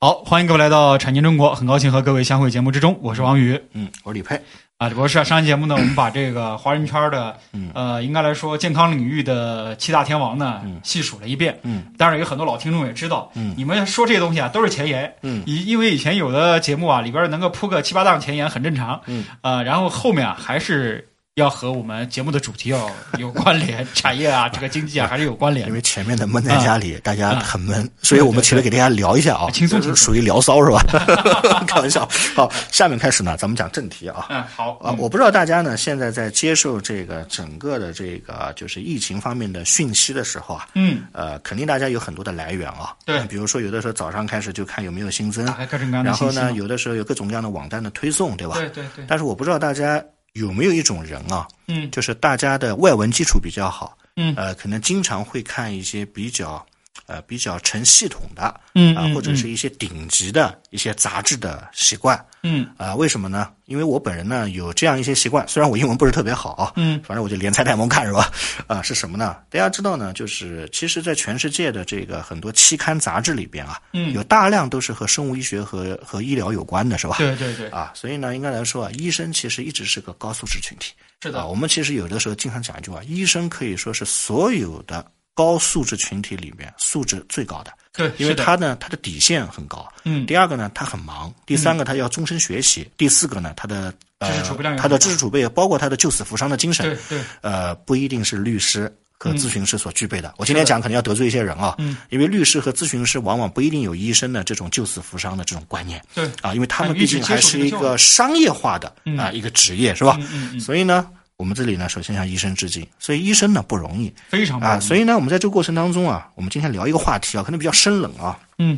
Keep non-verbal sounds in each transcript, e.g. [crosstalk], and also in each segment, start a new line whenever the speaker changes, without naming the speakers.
好，欢迎各位来到《产经中国》，很高兴和各位相会节目之中，我是王宇
嗯，我是李佩。
啊，李博士。上期节目呢，我们把这个华人圈的，
嗯
呃，应该来说健康领域的七大天王呢，细数了一遍。
嗯，
当然有很多老听众也知道，
嗯
你们说这些东西啊，都是前沿。
嗯
以因为以前有的节目啊，里边能够铺个七八档前沿很正常。
嗯，
呃，然后后面啊，还是要和我们节目的主题要有关联，产业啊，这个经济啊，还是有关联
因
的。
为前面的闷在家里，大家很闷，所以我们起来给大家聊一下啊，
啊哎轻松轻松
属于聊骚是吧？ [laughs] 开玩笑。好，下面开始呢，咱们讲正题啊。
嗯，好
啊，我不知道大家呢现在在接受这个整个的这个就是疫情方面的讯息的时候啊，
嗯，
呃，肯定大家有很多的来源啊。
对啊
比如说有的时候早上开始就看有没有新增
打，开各种各样的
然
信
后
息
呢，
嘛。
有的时候有各种各样的网站的推送，对吧？
对对对，
但是我不知道大家有没有一种人啊，
嗯
就是大家的外文基础比较好，
嗯
呃，可能经常会看一些比较呃比较成系统的啊、
嗯嗯
或者是一些顶级的一些杂志的习惯
嗯
啊、为什么呢？因为我本人呢有这样一些习惯，虽然我英文不是特别好啊，
嗯
反正我就连猜带蒙看是吧？啊、是什么呢？大家知道呢，就是其实，在全世界的这个很多期刊杂志里边啊，
嗯
有大量都是和生物医学和和医疗有关的，是吧？
对对对，
啊，所以呢，应该来说啊，医生其实一直是个高素质群体。
是
啊，
的，
我们其实有的时候经常讲一句话，医生可以说是所有的高素质群体里面素质最高的，
对，
因为
是的
他呢，他的底线很高。
嗯
第二个呢，他很忙；第三个，他要终身学习；第四个呢，他的呃
知识储备量也
他的
很大
知识储备包括他的救死扶伤的精
对
神，
对
呃，不一定是律师。和咨询师所具备的，我今天
是的
讲可能要得罪一些人啊，
嗯
因为律师和咨询师往往不一定有医生的这种救死扶伤的这种观念，
对，
啊，因为他
很
们
预
毕
期
竟
接
还
受
是
这个
一
教育
个商业化的
嗯
啊一个职业，是吧？
嗯嗯嗯，
所以呢，我们这里呢，首先向医生致敬。所以医生呢不容易
非常棒嗯
啊，所以呢，我们在这个过程当中啊，我们今天聊一个话题啊，可能比较生冷啊，
嗯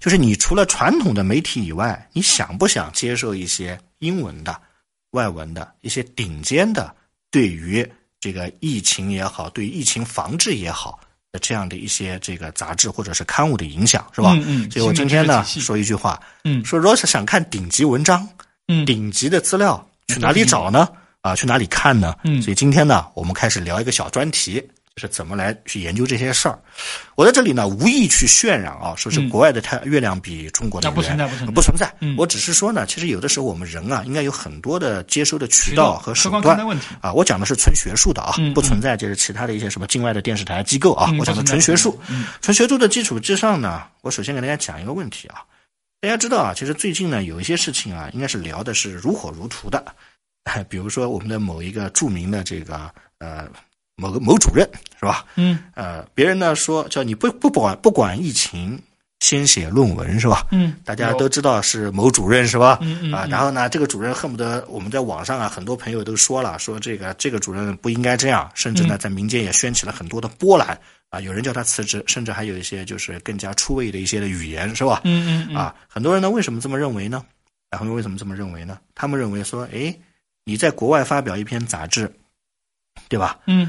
就是你除了传统的媒体以外，你想不想接受一些英文的、外文的一些顶尖的对于这个疫情也好，对于疫情防治也好的这样的一些这个杂志或者是刊物的影响，是吧？
嗯嗯
所以我今天
新的
呢
知识体系
说一句话，
嗯
说如果是想看顶级文章，
嗯
顶级的资料去哪里找呢？啊，去哪里看呢？
嗯
所以今天呢，我们开始聊一个小专题，就是怎么来去研究这些事儿。我在这里呢，无意去渲染啊，说是国外的太月亮比中国的
嗯那不存在
圆
不存在
不存在
嗯。
我只是说呢，其实有的时候我们人啊，应该有很多的接收的渠
渠道
道和
嗯客
手
观看
段
待问题。
啊，我讲的是纯学术的啊
嗯，
不存在就是其他的一些什么境外的电视台机构啊
嗯，
我讲的
不存在
纯学术
不存在嗯。
纯学术的基础之上呢，我首先给大家讲一个问题啊，大家知道啊，其实最近呢有一些事情啊，应该是聊的是如火如荼的， [laughs] 比如说我们的某一个著名的这个呃某个某主任是吧？
嗯
呃，别人呢说叫你不不管不管疫情，先写论文是吧？
嗯，
大家都知道是某主任是吧？
嗯嗯
啊，然后呢，这个主任恨不得我们在网上啊，很多朋友都说了，说这个这个主任不应该这样，甚至呢，在民间也掀起了很多的波澜啊，有人叫他辞职，甚至还有一些就是更加出位的一些的语言是吧？
嗯嗯嗯
啊，很多人呢为什么这么认为呢？啊，很多人为什么这么认为呢？他们认为说，诶，你在国外发表一篇杂志，对吧？
嗯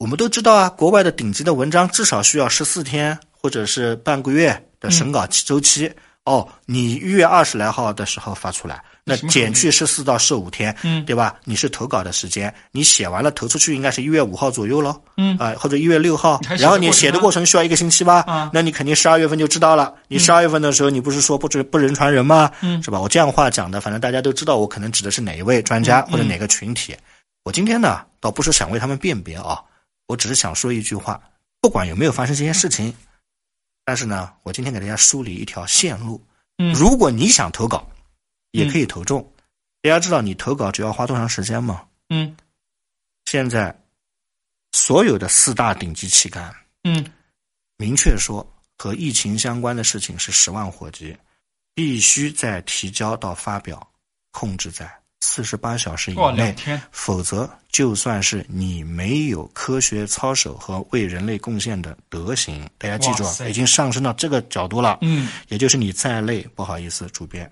我们都知道啊，国外的顶级的文章至少需要十四天或者是半个月的
嗯
审稿期周期。哦，你一月二十来号的时候发出来，那
什么时候
减去十四到十五天，
嗯
对吧？你是投稿的时间，你写完了投出去应该是一月五号左右喽，
嗯
啊、或者一月六号
你还，写
然后
的
你
过程
写的
吗
过程需要一个星期吧？
啊
那你肯定十二月份就知道了。你十二月份的时候，你不是说不准不人传人吗？
嗯
是吧？我这样话讲的，反正大家都知道，我可能指的是哪一位专家或者哪个群体。我今天呢，倒不是想为他们辩别啊，我只是想说一句话：不管有没有发生这些事情，但是呢，我今天给大家梳理一条线路。
嗯
如果你想投稿，也可以投中。大家知道你投稿只要花多长时间吗？
嗯
现在所有的四大顶级期刊
嗯
明确说，和疫情相关的事情是十万火急，必须在提交到发表控制在四十八小时以
哇，两
内，
天，
否则就算是你没有科学操守和为人类贡献的德行，大家记住
哇
啊，
塞
已经上升到这个角度了。
嗯，
也就是你再累，不好意思，主编，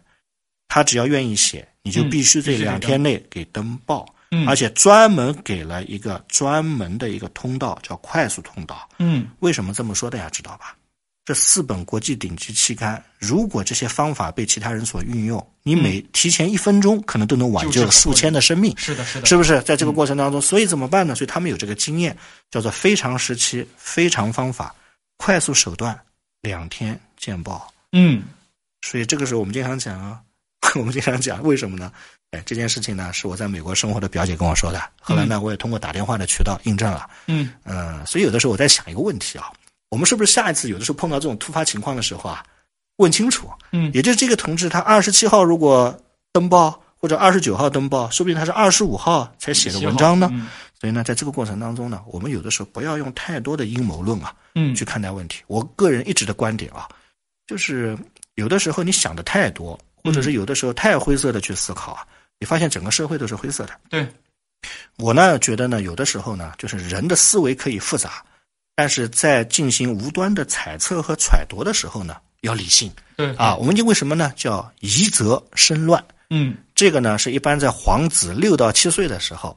他只要愿意写，你就
嗯
必须
必
这
须得
两天内给登报，
嗯
而且专门给了一个专门的一个通道，叫快速通道。
嗯
为什么这么说？大家知道吧？这四本国际顶级期刊，如果这些方法被其他人所运用，你每提前一分钟，可能都能挽
嗯就是
救
很
数千的生命，
是的是的，嗯
是不是？在这个过程当中，所以怎么办呢？所以他们有这个经验，叫做非常时期、非常方法、快速手段，两天见报。
嗯
所以这个时候我们经常讲啊， [laughs] 我们经常讲，为什么呢？哎，这件事情呢，是我在美国生活的表姐跟我说的。后来呢，我也通过打电话的渠道印证了。
嗯，
呃，所以有的时候我在想一个问题啊，我们是不是下一次有的时候碰到这种突发情况的时候啊，问清楚，
嗯
也就是这个同志他二十七号如果登报或者二十九号登报，说不定他是二十五号才写的文章呢。
嗯
所以呢，在这个过程当中呢，我们有的时候不要用太多的阴谋论啊
嗯，
去看待问题。我个人一直的观点啊，就是有的时候你想的太多，或者是有的时候太灰色的去思考啊，你发现整个社会都是灰色的。
对，
我呢觉得呢，有的时候呢，就是人的思维可以复杂，但是在进行无端的猜测和揣度的时候呢，要理性
对，
啊。我们就为什么呢？叫疑则生乱。
嗯
这个呢是一般在皇子六到七岁的时候，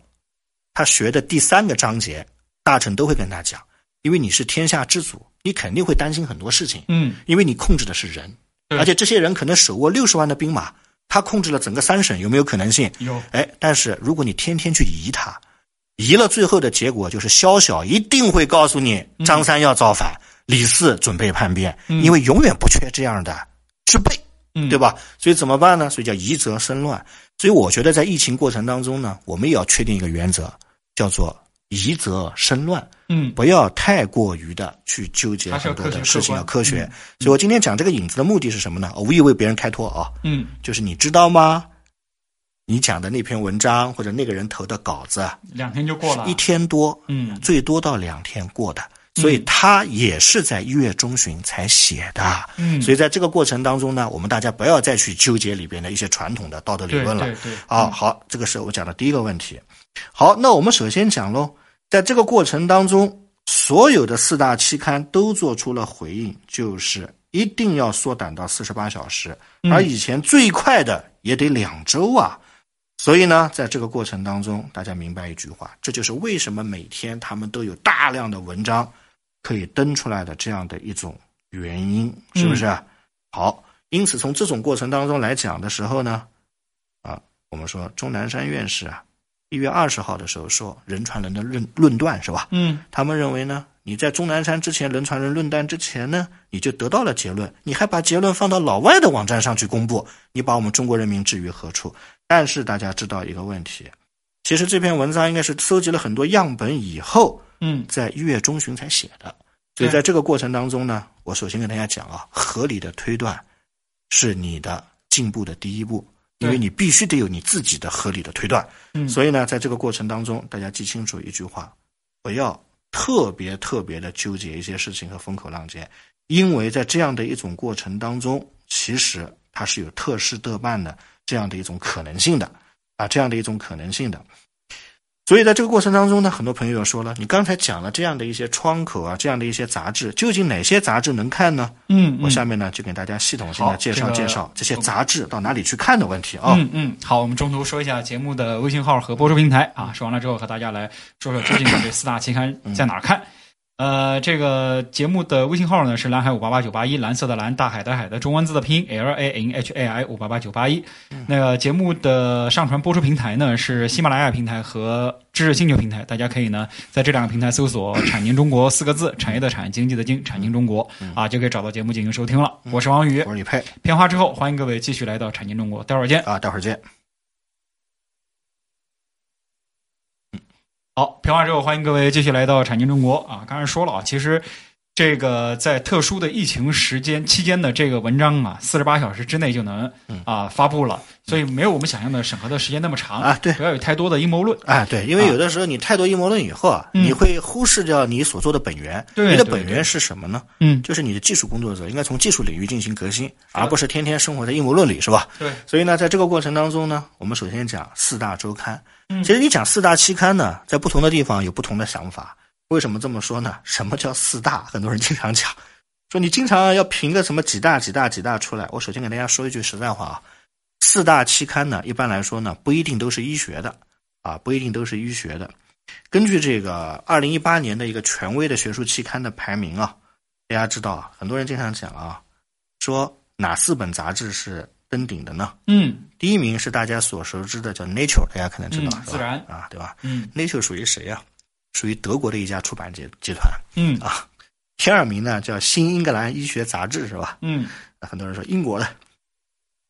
他学的第三个章节，大臣都会跟他讲，因为你是天下之主，你肯定会担心很多事情，
嗯
因为你控制的是人，
对
而且这些人可能手握六十万的兵马，他控制了整个三省，有没有可能性？
有，
哎，但是如果你天天去疑他，疑了，最后的结果就是萧晓一定会告诉你张三要造反，李四准备叛变，
嗯
因为永远不缺这样的之辈。
嗯
对？吧？所以怎么办呢？所以叫疑则生乱。所以我觉得在疫情过程当中呢，我们也要确定一个原则，叫做疑则生乱，
嗯
不要太过于的去纠结
还是
很
要
多的
科学
事情，
客观
要科学
嗯。
所以我今天讲这个引子的目的是什么呢？无意为别人开脱啊，
嗯，
就是你知道吗？你讲的那篇文章或者那个人投的稿子，啊
嗯两天就过了
一，天多，
嗯
最多到两天过的，所以他也是在一月中旬才写的。
嗯，
所
以
以在这个过程当中呢，我们大家不要再去纠结里边的一些传统的道德理
对
论了
对。嗯对，
啊、好，这个是我讲的第一个问题。好，那我们首先讲喽，在这个过程当中，所有的四大期刊都做出了回应，就是一定要缩短到四十八小时，
嗯
而以前最快的也得两周啊。所以呢，在这个过程当中，大家明白一句话，这就是为什么每天他们都有大量的文章可以登出来的这样的一种原因，是不是？啊好，因此从这种过程当中来讲的时候呢，啊，我们说钟南山院士啊，一月二十号的时候说人传人的论论断是吧？
嗯
他们认为呢，你在钟南山之前、人传人论断之前呢，你就得到了结论，你还把结论放到老外的网站上去公布，你把我们中国人民置于何处？但是大家知道一个问题，其实这篇文章应该是搜集了很多样本以后，
嗯
在一月中旬才写的，所
对
以在这个过程当中呢，我首先跟大家讲啊，合理的推断是你的进步的第一步。因为
对
你必须得有你自己的合理的推断，
嗯，
所以呢，在这个过程当中，大家记清楚一句话：不要特别特别的纠结一些事情和风口浪尖，因为在这样的一种过程当中，其实它是有特事特办的这样的一种可能性的啊，这样的一种可能性的。所以在这个过程当中呢，很多朋友说了，你刚才讲了这样的一些窗口啊，这样的一些杂志，究竟哪些杂志能看呢？
嗯，
我
嗯
下面呢就给大家系统性的
好
介绍
这个
介绍这些杂志到哪里去看的问题啊。
嗯嗯，好，我们中途说一下节目的微信号和播出平台啊。说完了之后，和大家来说说最近的这四大期刊
嗯
在哪儿看。呃，这个节目的微信号呢是蓝海五八八九八一，蓝色的蓝，大海的海的中文字的拼音 L A N H A I 五八八九八一。
嗯
那个节目的上传播出平台呢是喜马拉雅平台和知识星球平台，大家可以呢在这两个平台搜索“产经中国”四个字，产业的产，经济的经，产经中国
嗯
啊，就可以找到节目进行收听了。我是王宇
我，是李佩
片花之后，欢迎各位继续来到“产经中国”，待会儿见。
啊，待会儿见。
好，评完之后，欢迎各位继续来到《产经中国》啊。刚才说了啊，其实这个在特殊的疫情时间期间的这个文章啊，四十八小时之内就能
嗯
啊发布了，所以没有我们想象的审核的时间那么长
啊对
不要有太多的阴谋论。
啊，对，因为有的时候你太多阴谋论以后啊，
嗯
你会忽视掉你所做的本源。
对
你的
对
本
对
源是什么呢？
嗯，
就是你的技术工作者应该从技术领域进行革新，而不是天天生活在阴谋论里，是吧？
对，
所以呢，在这个过程当中呢，我们首先讲四大周刊。其实你讲四大期刊呢，在不同的地方有不同的想法。为什么这么说呢？ [laughs] 什么叫四大？很多人经常讲，说你经常要评个什么几大几大几大出来。我首先给大家说一句实在话啊，四大期刊呢，一般来说呢，不一定都是医学的啊，不一定都是医学的。根据这个二零一八年的一个权威的学术期刊的排名啊，大家知道啊，很多人经常讲啊，说哪四本杂志是登顶的呢？
嗯
第一名是大家所熟知的叫 Nature，大家可能知道，
嗯
是吧
自然
啊，对吧
嗯
？Nature 属于谁呀、属于德国的一家出版集集团。
嗯
第二名呢叫《新英格兰医学杂志》，是吧？
嗯
很多人说英国的，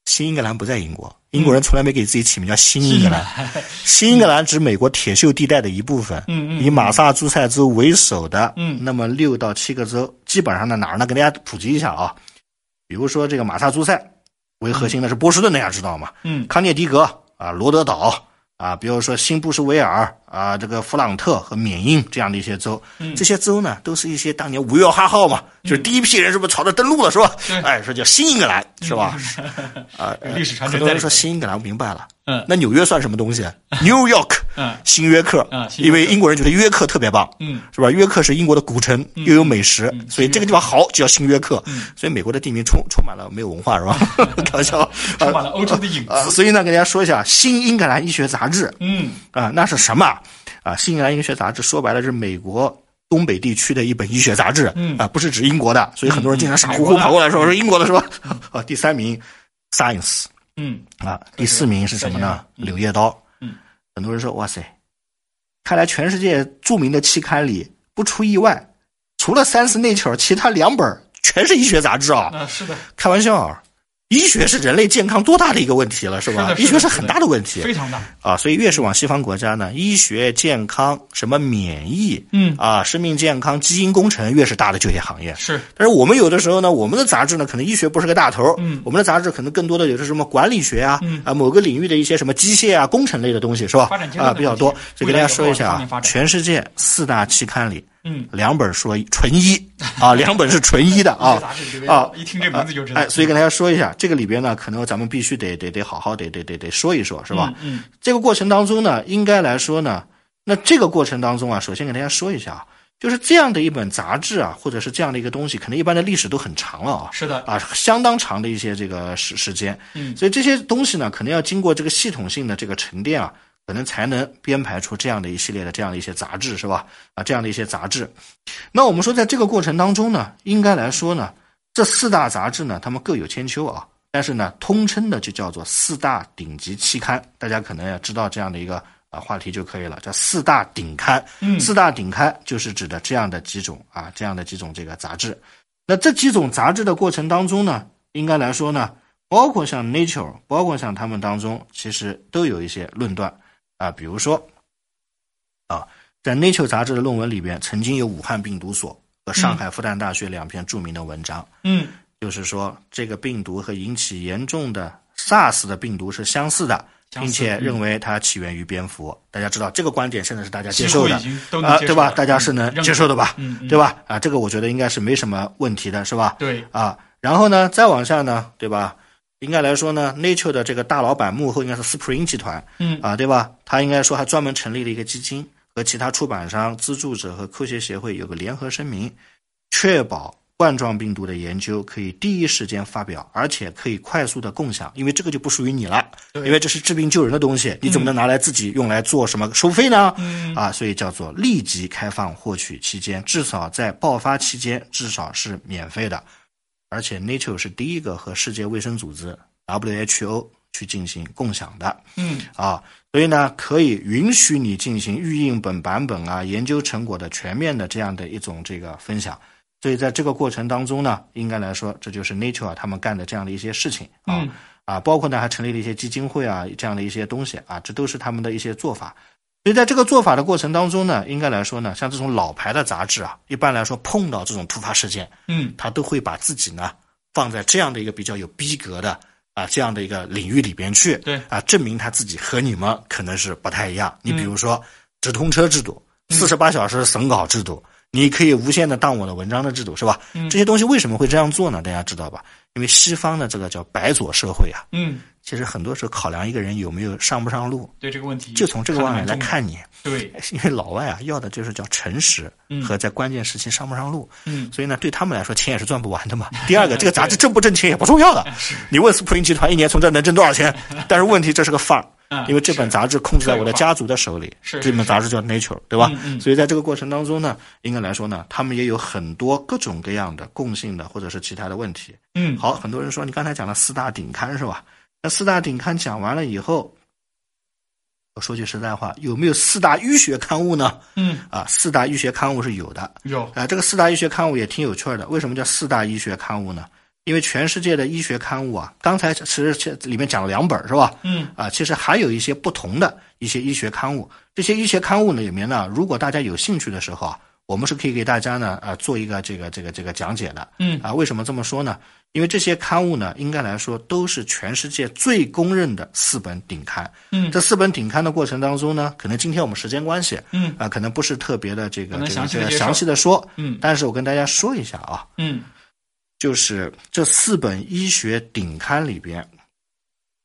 新英格兰不在英国，
嗯
英国人从来没给自己起名叫新英格兰。
[laughs]
新英格兰指美国铁锈地带的一部分，
嗯嗯
以马萨诸塞州为首的，
嗯
那么六到七个州，基本上呢哪儿呢？给大家普及一下啊，比如说这个马萨诸塞为核心的是波士顿，大家知道吗？
嗯
康涅狄格啊、罗德岛啊，比如说新布什维尔啊、这个弗朗特和缅因这样的一些州，
嗯
这些州呢都是一些当年五月哈号嘛，就是第一批人是不是朝着登陆了是吧？
对
哎，说叫新英格兰是吧？ [laughs] 啊，
有 [laughs] 历史传承在里面
很多人说新英格兰，我明白了。
嗯
那纽约算什么东西啊
[laughs]
？New York，
嗯
新约克
啊新约
因
克
为英国人觉得约克特别棒，
嗯
是吧？约克是英国的古城，又有美食，
嗯
所
新约
以
克
这个地方好就叫新约克。
嗯
所以美国的地名充充满了没有文化，
[laughs]
是吧？开玩笑。
充满了欧洲的影
啊，
子。
所以呢，给大家说一下《新英格兰医学杂志》
嗯
啊、那是什么啊？《新英格兰医学杂志》说白了是美国东北地区的一本医学杂志，
嗯
啊，不是指英国的，所以很多人经常傻乎
嗯
乎
嗯
跑过来说说英国的是吧？ [laughs] 啊，第三名《Science
嗯》
啊，
科学
第四名是什么呢？
科学嗯
柳叶刀。
嗯，
很多人说哇塞，看来全世界著名的期刊里不出意外，除了《Science》《Nature》，其他两本全是医学杂志啊。
啊，是的，
开玩笑啊，医学是人类健康多大的一个问题了，是吧？
是的是的
医学是很大的问题
非常大。
啊，所以越是往西方国家呢，医学、健康、什么免疫
嗯，
啊、生命健康、基因工程越是大的就业行业。
是
但是我们有的时候呢，我们的杂志呢，可能医学不是个大头儿，
嗯
我们的杂志可能更多的有的是什么管理学啊，
嗯
啊某个领域的一些什么机械啊、工程类的东西，是吧
发展阶？段的
啊，比较多
东西。
所以给大家说一下
未来有往这方面发
啊，
展
全世界四大期刊里，
嗯，
两本说
[laughs]
纯医啊，两本是纯医的啊，
杂志这个
啊
一听这名字就知道。
哎，所以跟大家说一下，这个里边呢，可能咱们必须得得得好好得得得得说一说，是吧？
嗯
这个过程当中呢，应该来说呢，那这个过程当中啊，首先给大家说一下啊，就是这样的一本杂志啊，或者是这样的一个东西，可能一般的历史都很长了啊
嗯，。是的，
啊，相当长的一些这个时时间，
嗯
所以这些东西呢，可能要经过这个系统性的这个沉淀啊，可能才能编排出这样的一系列的这样的一些杂志，是吧？啊，这样的一些杂志。那我们说，在这个过程当中呢，应该来说呢，这四大杂志呢，它们各有千秋啊，但是呢，通称的就叫做四大顶级期刊，大家可能也知道这样的一个啊话题就可以了，叫四大顶刊。
嗯
四大顶刊就是指的这样的几种啊，这样的几种这个杂志。那这几种杂志的过程当中呢，应该来说呢，包括像 Nature，包括像他们当中，其实都有一些论断啊，比如说啊，在 Nature 杂志的论文里边，曾经有武汉病毒所和上海复旦大学两篇著名的文章，
嗯
就是说这个病毒和引起严重的 SARS 的病毒是相似的。
相
并
似
且
嗯
认为它起源于蝙蝠，大家知道这个观点现在是大家接
几
受
乎
的
已，经都能
啊，
接
对
受
吧？
了
大家是
嗯
能
认
接
可
受的吧？
嗯嗯
对吧？啊，这个我觉得应该是没什么问题的，是吧？
对，
啊，然后呢，再往下呢，对吧？应该来说呢，Nature 的这个大老板幕后应该是 Spring 集团
嗯
啊，对吧？他应该说还专门成立了一个基金，和其他出版商、资助者和科学协会有个联合声明，确保冠状病毒的研究可以第一时间发表，而且可以快速的共享，因为这个就不属于你了，
对
因为这是治病救人的东西，你怎么能拿来自己用来做什么收费呢？
嗯
啊，所以叫做立即开放获取期间，至少在爆发期间至少是免费的。而且 Nature 是第一个和世界卫生组织 WHO 去进行共享的
嗯
啊，所以呢，可以允许你进行预印本版本啊、研究成果的全面的这样的一种这个分享。所以在这个过程当中呢，应该来说，这就是 Nature 啊他们干的这样的一些事情啊。
嗯
啊，包括呢还成立了一些基金会啊这样的一些东西啊，这都是他们的一些做法。所以在这个做法的过程当中呢，应该来说呢，像这种老牌的杂志啊，一般来说碰到这种突发事件，
嗯
他都会把自己呢放在这样的一个比较有逼格的啊这样的一个领域里边去，
对嗯
啊，证明他自己和你们可能是不太一样。你比如说直通车制度、四十八小时审稿制度，你可以无限的当我的文章的制度是吧？
嗯
这些东西为什么会这样做呢？大家知道吧？因为西方的这个叫白左社会啊，
嗯，
其实很多时候考量一个人有没有上不上路，
对这个问题
就从这个方
嗯
面来
得蛮
看你。
重要，对，
因为老外啊，要的就是叫诚实
嗯
和在关键时期上不上路，
嗯
所以呢，对他们来说钱也是赚不完的嘛。 [laughs] 第二个，这个杂志挣不挣钱也不重要的，你问 Spring 集团一年从这儿能挣多少钱？但是问题这是个范儿，
嗯
因为这本
是
杂志控制在我的
是
家族的手里，
是
这本
是
杂志叫 Nature，对吧
嗯？嗯
所以在这个过程当中呢，应该来说呢，他们也有很多各种各样的共性的或者是其他的问题。
嗯
好，很多人说你刚才讲了四大顶刊是吧？那四大顶刊讲完了以后，我说句实在话，有没有四大医学刊物呢？
嗯
啊，四大医学刊物是有的。
有
啊，这个四大医学刊物也挺有趣儿的。为什么叫四大医学刊物呢？因为全世界的医学刊物啊，刚才其实这里面讲了两本是吧？
嗯
啊，其实还有一些不同的一些医学刊物，这些医学刊物呢里面呢，如果大家有兴趣的时候啊，我们是可以给大家呢呃做一个这个这个这个讲解的。
嗯
啊，为什么这么说呢？因为这些刊物呢，应该来说都是全世界最公认的四本顶刊。
嗯
这四本顶刊的过程当中呢，可能今天我们时间关系，
嗯
啊、可能不是特别的这
不
个
能
这
详
个
细
这
地
个
介绍
详细的说，
嗯
但是我跟大家说一下啊，
嗯
就是这四本医学顶刊里边，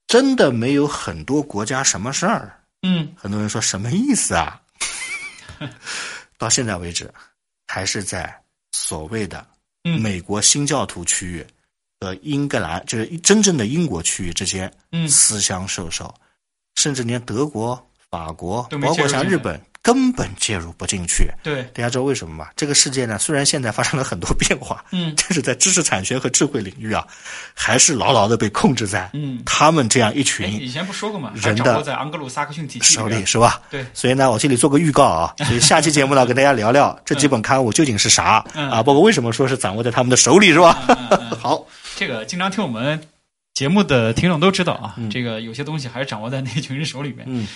真的没有很多国家什么事儿。
嗯
很多人说什么意
[laughs]
思啊？到现在为止，还是在所谓的
嗯
美国新教徒区域和英格兰，就是真正的英国区域之间
嗯
私相授受，甚至连德国、法国，
都没
包括
介入
像
进
日
来
本，根本介入不进去。
对
大家知道为什么吗？这个世界呢，虽然现在发生了很多变化，
嗯
但是在知识产权和智慧领域啊，还是牢牢的被控制在
嗯，
他们这样一
哎，
群
以前不说过吗？还
人的
掌握在盎格鲁撒克逊体系
手
里
里，
边。
是吧？
对，
所以呢，我这里做个预告啊，所以下期节目呢，跟大家聊聊这几本刊物究竟是啥、
嗯
啊，包括为什么说是掌握在他们的手里，是吧？
嗯嗯嗯，
[laughs] 好，
这个经常听我们节目的听众都知道啊，
嗯
这个有些东西还是掌握在那群人手里面。
嗯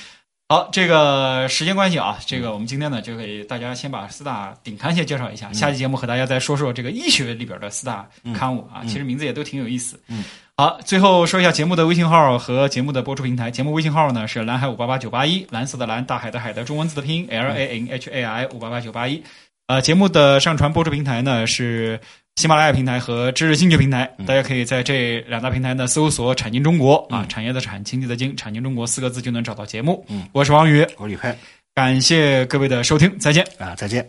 好，这个时间关系啊，这个我们今天呢就给大家先把四大顶刊先介绍一下，下期节目和大家再说说这个医学里边的四大刊物啊，其实名字也都挺有意思。
嗯，
好，最后说一下节目的微信号和节目的播出平台。节目微信号呢是蓝海五八八九八一，蓝色的蓝，大海的海的中文字的拼音 L A N H A I 五八八九八一。呃，节目的上传播出平台呢是喜马拉雅平台和知识星球平台，大家可以在这两大平台呢搜索“产经中国”啊，产业的产，经济的经，产经中国四个字就能找到节目。
嗯，
我是王宇，
我是李佩
感谢各位的收听，再见。
啊，再见。